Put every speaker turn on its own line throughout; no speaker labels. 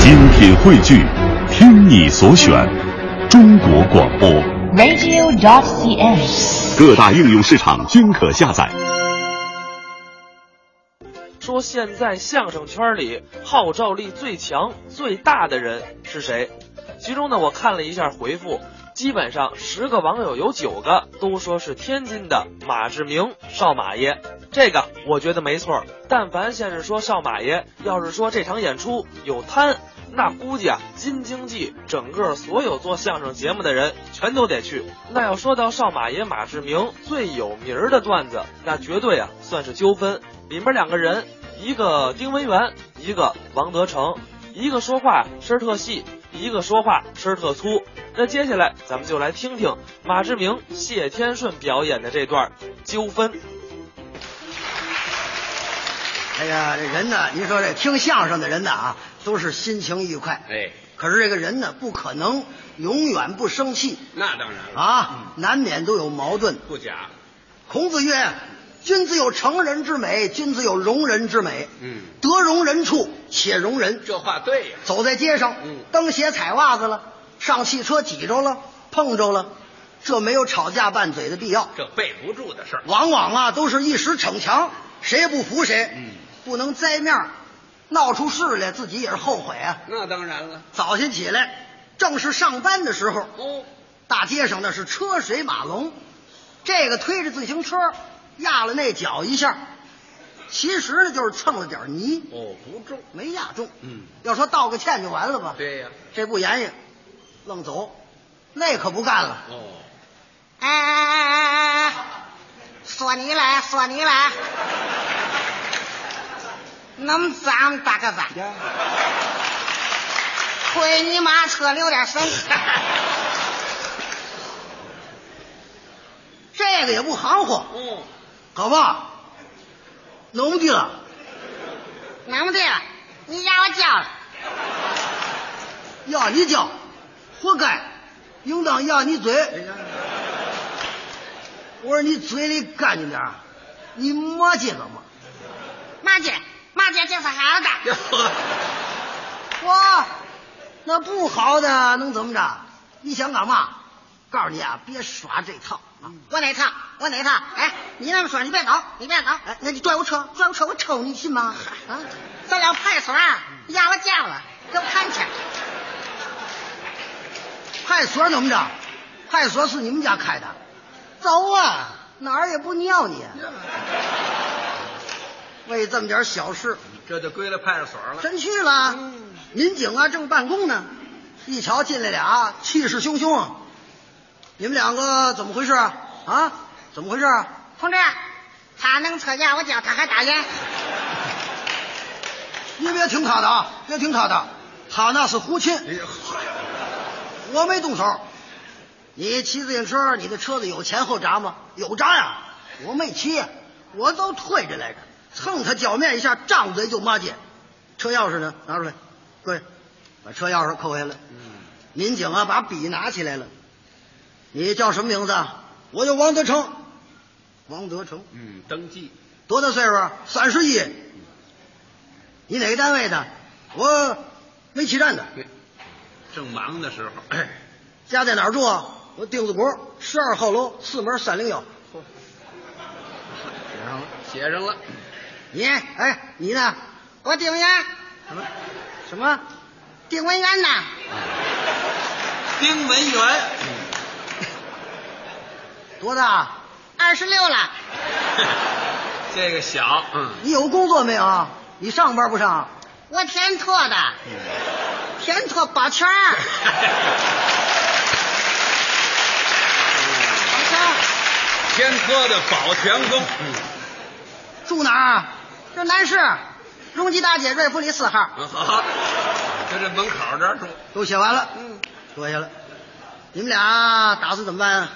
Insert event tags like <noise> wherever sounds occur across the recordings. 精品汇聚，听你所选，中国广播。
radio.cn。
各大应用市场均可下载。
说现在相声圈里号召力最强、最大的人是谁？其中呢，我看了一下回复，基本上十个网友有九个都说是天津的马志明少马爷。这个我觉得没错儿。但凡先是说少马爷，要是说这场演出有贪，那估计啊，京津冀整个所有做相声节目的人全都得去。那要说到少马爷马志明最有名儿的段子，那绝对啊算是纠纷。里面两个人，一个丁文元，一个王德成，一个说话声儿特细，一个说话声儿特粗。那接下来咱们就来听听马志明、谢天顺表演的这段纠纷。
哎呀，这人呢，您说这听相声的人呢啊，都是心情愉快。
哎，
可是这个人呢，不可能永远不生气
那当然了，
啊，
嗯
难免都有矛盾。
不假。
孔子曰：“君子有成人之美，君子有容人之美。
嗯，
得容人处且容人。
这话对呀、
走在街上，
嗯
蹬鞋踩袜子了，上汽车挤着了，碰着了，这没有吵架拌嘴的必要。
这备不住的事儿。
往往啊，都是一时逞强，谁也不服谁，
嗯
不能栽面儿，闹出事来，自己也是后悔啊。
那当然了。
早晨起来，正是上班的时候，
哦，
大街上那是车水马龙，这个推着自行车压了那脚一下，其实呢就是蹭了点泥，
哦，不中。
没压中。
嗯，
要说道个歉就完了吧？，
对呀、
这不言语，愣走，那可不干了。
哦，
哎，索尼来，索尼来，能咱们大个子，推你妈车留点神，
这个也不含糊，
哦，
好吧？弄的了，
那么对了，你让我叫了，
要你叫，活该，应当压你嘴。我说你嘴里干净点儿，你磨叽了吗？
马姐，马姐这是好的，
<laughs> 哇，那不好的能怎么着？你想干嘛？告诉你啊，别耍这套啊！
我哪趟，我哪趟，哎，你那么说，你别走，你别走，
哎，那你拽我车，拽我车，我抽你信吗？
啊，咱俩派出所啊
嗯
让我叫了，给我看去，
派出所怎么着？派出所是你们家开的？走啊，哪儿也不尿你。啊为这么点小事，
这就归了派出所了。
真去了。
嗯
民警啊，正办公呢，一瞧进来俩，气势汹汹啊！你们两个怎么回事啊？啊，怎么回事啊？
同志，他弄车让我叫，他还打人。
你别听他的啊，别听他的，他那是胡
哎
琴，我没动手。你骑自行车，你的车子有前后闸吗？有闸呀，我没骑呀，我都退着来着，蹭他脚面一下，张嘴就骂街。车钥匙呢？拿出来，各位，把车钥匙扣下来。民警啊，把笔拿起来了。你叫什么名字啊？我叫王德成。王德成，
嗯，登记。
多大岁数啊？三十一。你哪个单位的？我煤气站的。
正忙的时候，
家在哪儿住啊？我丁字国十二号楼四门三零幺。
写上了，写上了。
你哎，你呢？
我丁元，
什么？什么？
丁文元呐，
丁文元，
嗯多大？
二十六了，
这个小，嗯，
你有工作没有啊？你上班不上？嗯
我天拓的，
田拓把圈 <laughs> 儿。把圈儿
天科的保全工。
住哪儿啊？这南市，荣基大街瑞福里四号。
嗯，好，就这门口这儿住。
都写完了，嗯，坐下了。你们俩打算怎么办啊？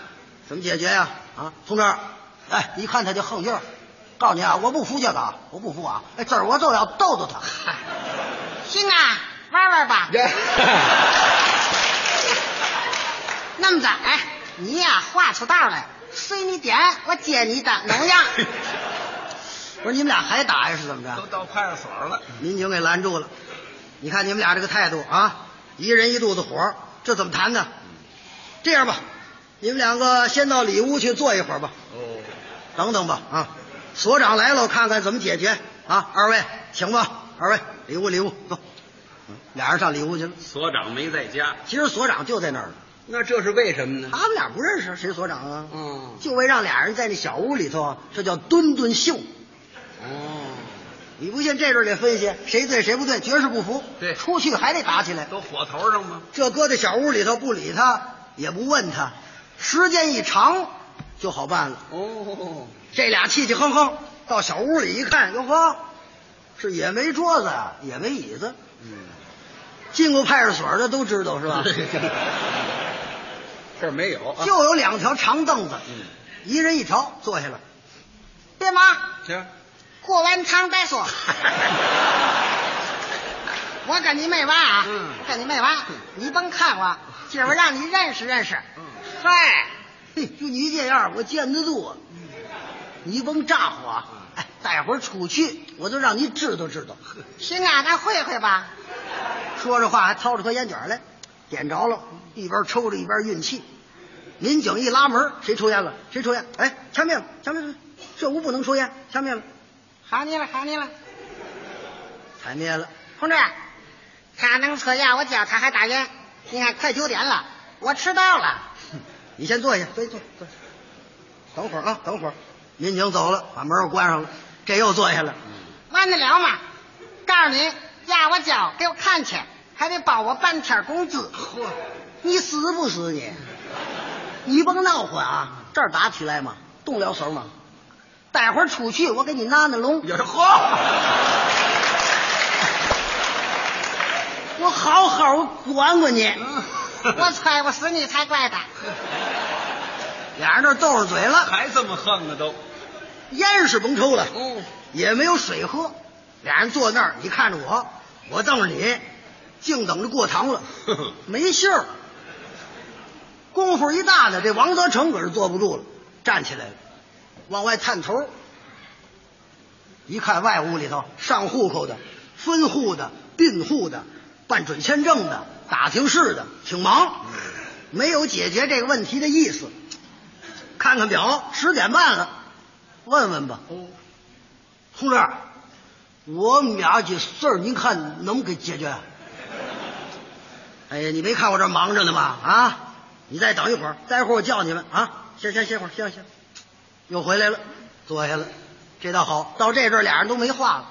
怎么解决呀、啊？同志，哎，一看他就横劲儿，告诉你啊，我不服这个啊，我不服啊！哎，今儿我就要逗逗他。嗨，
行啊，玩玩吧。
<laughs>
那么着，哎，你呀、画出道来，随你点，我接你的，能样？
<laughs> 不是你们俩还打呀？是怎么
都
着？
到派出所了，
民警给拦住了。你看你们俩这个态度啊，一人一肚子火，这怎么谈呢？这样吧，你们两个先到里屋去坐一会儿吧，
哦，
等等吧啊。所长来了，我看看怎么解决啊。二位请吧，二位里屋里屋走。嗯俩人上里屋去了。
所长没在家，
其实所长就在那儿呢，
那这是为什么呢？
他们俩不认识谁所长啊，
嗯
就为让俩人在那小屋里头啊，这叫蹲蹲秀。
哦，
你不信，这阵儿得分析谁对谁不对，绝是不服。
对
出去还得打起来。
都火头上吗？
这搁在小屋里头不理他，也不问他，时间一长就好办了。
哦，
这俩气气哼哼到小屋里一看，哟呵，是也没桌子啊，也没椅子。
嗯，
进过派出所的都知道是 <laughs> 吧？
这儿没有啊，
就有两条长凳子，
嗯
一人一条，坐下了。
对吗？
行，
过完汤
<laughs>
再说。我跟你没完啊！
嗯
我跟你没完，你甭看我，今儿我让你认识认识。
嗯
嗨，
嘿，就你这样，我见得多。你甭咋呼啊！哎，待会儿出去，我就让你知道知道。
行啊，咱会会吧。
说着话还掏出颗烟卷来，点着了，一边抽着一边运气。民警一拉门，谁抽烟了？谁抽烟？哎，掐灭了，掐灭了！这屋不能抽烟，掐灭了，
好你了，好你了，
才灭了。
同志，他能抽烟，我教他还打烟。你看，快九点了，我迟到了。
你先坐下，坐坐坐。等会儿啊，等会儿。民警走了，把门又关上了，这又坐下了。
完得了吗？告诉你，压我脚给我看去，还得包我半天工资。
嚯，你死不死你？你甭闹混啊！这儿打起来嘛，动了手嘛。待会儿出去，我给你拿那笼。
有嚯。
我好好管管你。
嗯
我猜我死你才
<laughs>
怪的。
俩人这斗上嘴了，
还这么横呢都。
烟是甭抽了，
哦，
也没有水喝，俩人坐那儿，你看着我，我瞪着你，净等着过堂了，没信儿。功夫一大呢，这王德成可是坐不住了，站起来了，往外探头，一看外屋里头上户口的、分户的、并户的、办准签证的、打听事的，挺忙，没有解决这个问题的意思。看看表，十点半了，问问吧。同志，我们俩这事儿，您看能给解决？哎呀，你没看我这忙着呢吗？啊，你再等一会儿，待会儿我叫你们啊。先先歇会儿，歇会儿歇会儿。又回来了，坐下了。这倒好，到这阵儿俩人都没话了。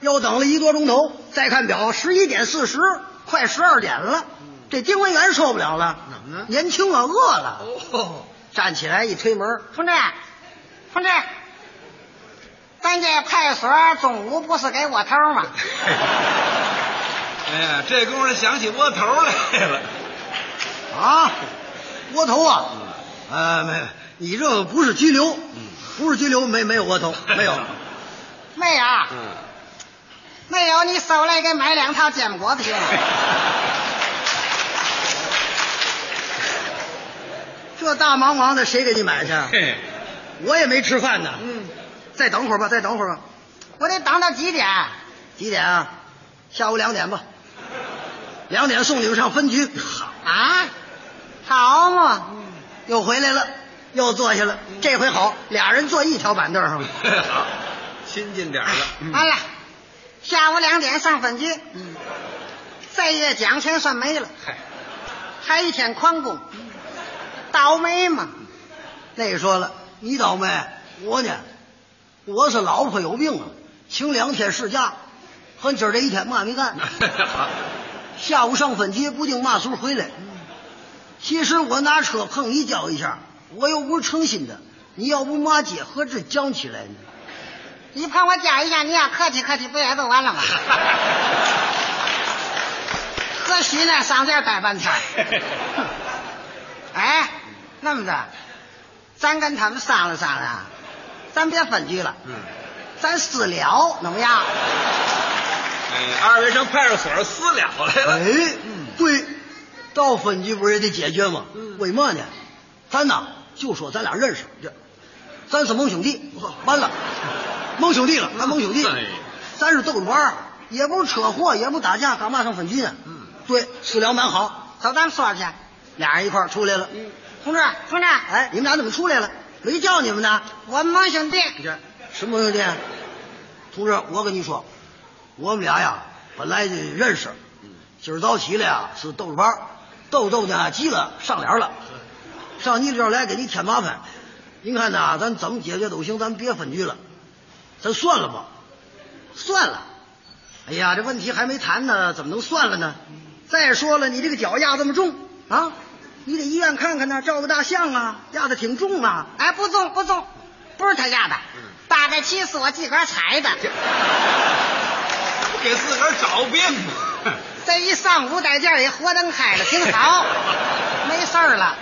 又等了一个多钟头，再看表，十一点四十，快十二点了。这丁文元受不了了，
嗯怎么了
年轻啊，饿了，
哦，
<laughs> 站起来一推门，
同志，同志，咱这派出所中午不是给窝头吗？
<laughs> 哎呀，这功夫想起窝头来了。
啊，窝头啊，呃，没，你这个不是拘留，不是拘留，没没有窝头，没有，
没有，
嗯，
没有，你收来给买两套坚果皮。
<laughs> 这大忙忙的谁给你买去啊？
嘿，
我也没吃饭呢。嗯，再等会儿吧，再等会儿吧，
我得等到几点？
几点啊？下午两点吧，两点送你们上分局。
<laughs>
嗯
啊？好嘛，嗯
又回来了，又坐下了，这回好，俩人坐一条板凳上了。
好，亲近点儿
嗯
了。
完了，下午两点上分局。这月奖钱算没了，
嗨，
还一天旷工，倒霉嘛。
那个说了，你倒霉，我呢，我是老婆有病啊，请两天事假，恨今儿这一天嘛没干，
好，
下午上分局不定嘛时候回来。其实我拿车碰你脚一下，我又不是诚心的，你要不骂街，何止犟起来呢？
你碰我家一下，你要客气客气，不也就完
<laughs>
了吗？可惜呢，上这儿待半天。
<laughs>
哎，那么着，咱跟他们商量商量，咱别分居了，
嗯，
咱私了，怎么样？
哎，二位上派出所私了来了。
哎，
嗯
对，到分局不是也得解决吗？为嘛呢？咱呐就说咱俩认识，这咱是盟兄弟，完了，盟兄弟了，咱盟兄弟
哎，
咱是逗着玩儿，也不是车祸，也不打架，干嘛上分局呢？嗯，对，私聊蛮好。
走，咱们说去。
俩人一块儿出来了。嗯，
同志，同志，
哎，你们俩怎么出来了？没叫你们呢。
我们蒙兄弟，
你这什么兄弟？啊同志，我跟你说，我们俩呀本来就认识，今儿早起来呀是斗着班儿，斗斗呢急了上脸了，上你这儿来给你添麻烦。您看呐，咱怎么解决都行，咱别分居了，咱算了吧。
算了，
哎呀，这问题还没谈呢，怎么能算了呢？再说了，你这个脚压这么重啊，你得医院看看呢，照个大象啊，压的挺重啊。
哎，不中不中，不是他压的，八百七是我自个儿踩的，
给自个儿找病吧。
这一上午在这儿也活蹬开了，挺好，没事儿了。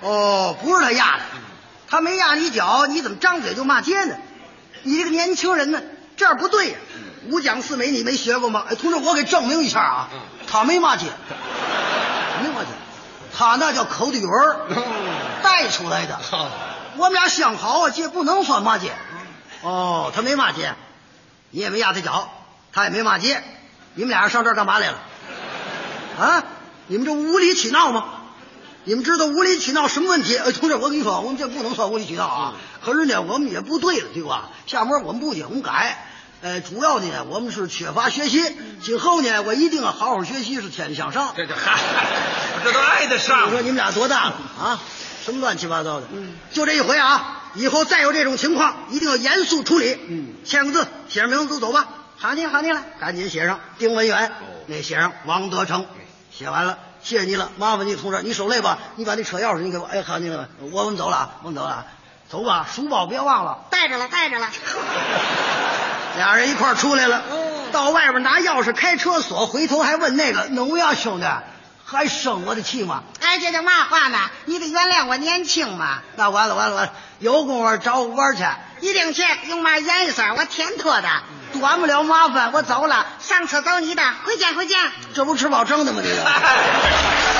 哦，不是他压的，他没压你脚，你怎么张嘴就骂街呢？你这个年轻人呢，这样不对呀、五讲四美你没学过吗？哎，同志，我给证明一下啊，他没骂街，没骂街，他那叫口底文儿带出来的。我们俩相好啊，这不能算骂街。哦，他没骂街，你也没压他脚，他也没骂街，你们俩上这儿干嘛来了？啊，你们这无理取闹吗？你们知道无理取闹什么问题？哎，同志，我跟你说，我们这不能算无理取闹啊。可是呢，我们也不对了，对吧？下面我们不仅我们改，呃，主要呢，我们是缺乏学习。今后呢，我一定要好好学习，是天天向上。
这这嗨，这都挨得
我
上。
说你们俩多大了啊？什么乱七八糟的？就这一回啊！以后再有这种情况，一定要严肃处理。嗯，签个字，写上名字都走吧。喊你喊你了，赶紧写上丁文元，那写上王德成，写完了。谢谢你了，麻烦你同志，你手累吧？你把那车钥匙你给我。哎，好，你了，我我们走了啊，我们走了啊，走吧，书包别忘了。
带着了，带着了。
俩人一块儿出来了，
嗯
到外边拿钥匙开车锁，回头还问那个农呀兄弟，还生我的气吗？
哎，这叫嘛话呢？你得原谅我年轻嘛。
那完了完了完了，有功夫找我玩去，
一定去，用嘛严一声，我天脱的。
短不了麻烦。我走了，
上车走你的，回见回见。 <laughs>
这不吃饱撑的吗？这个。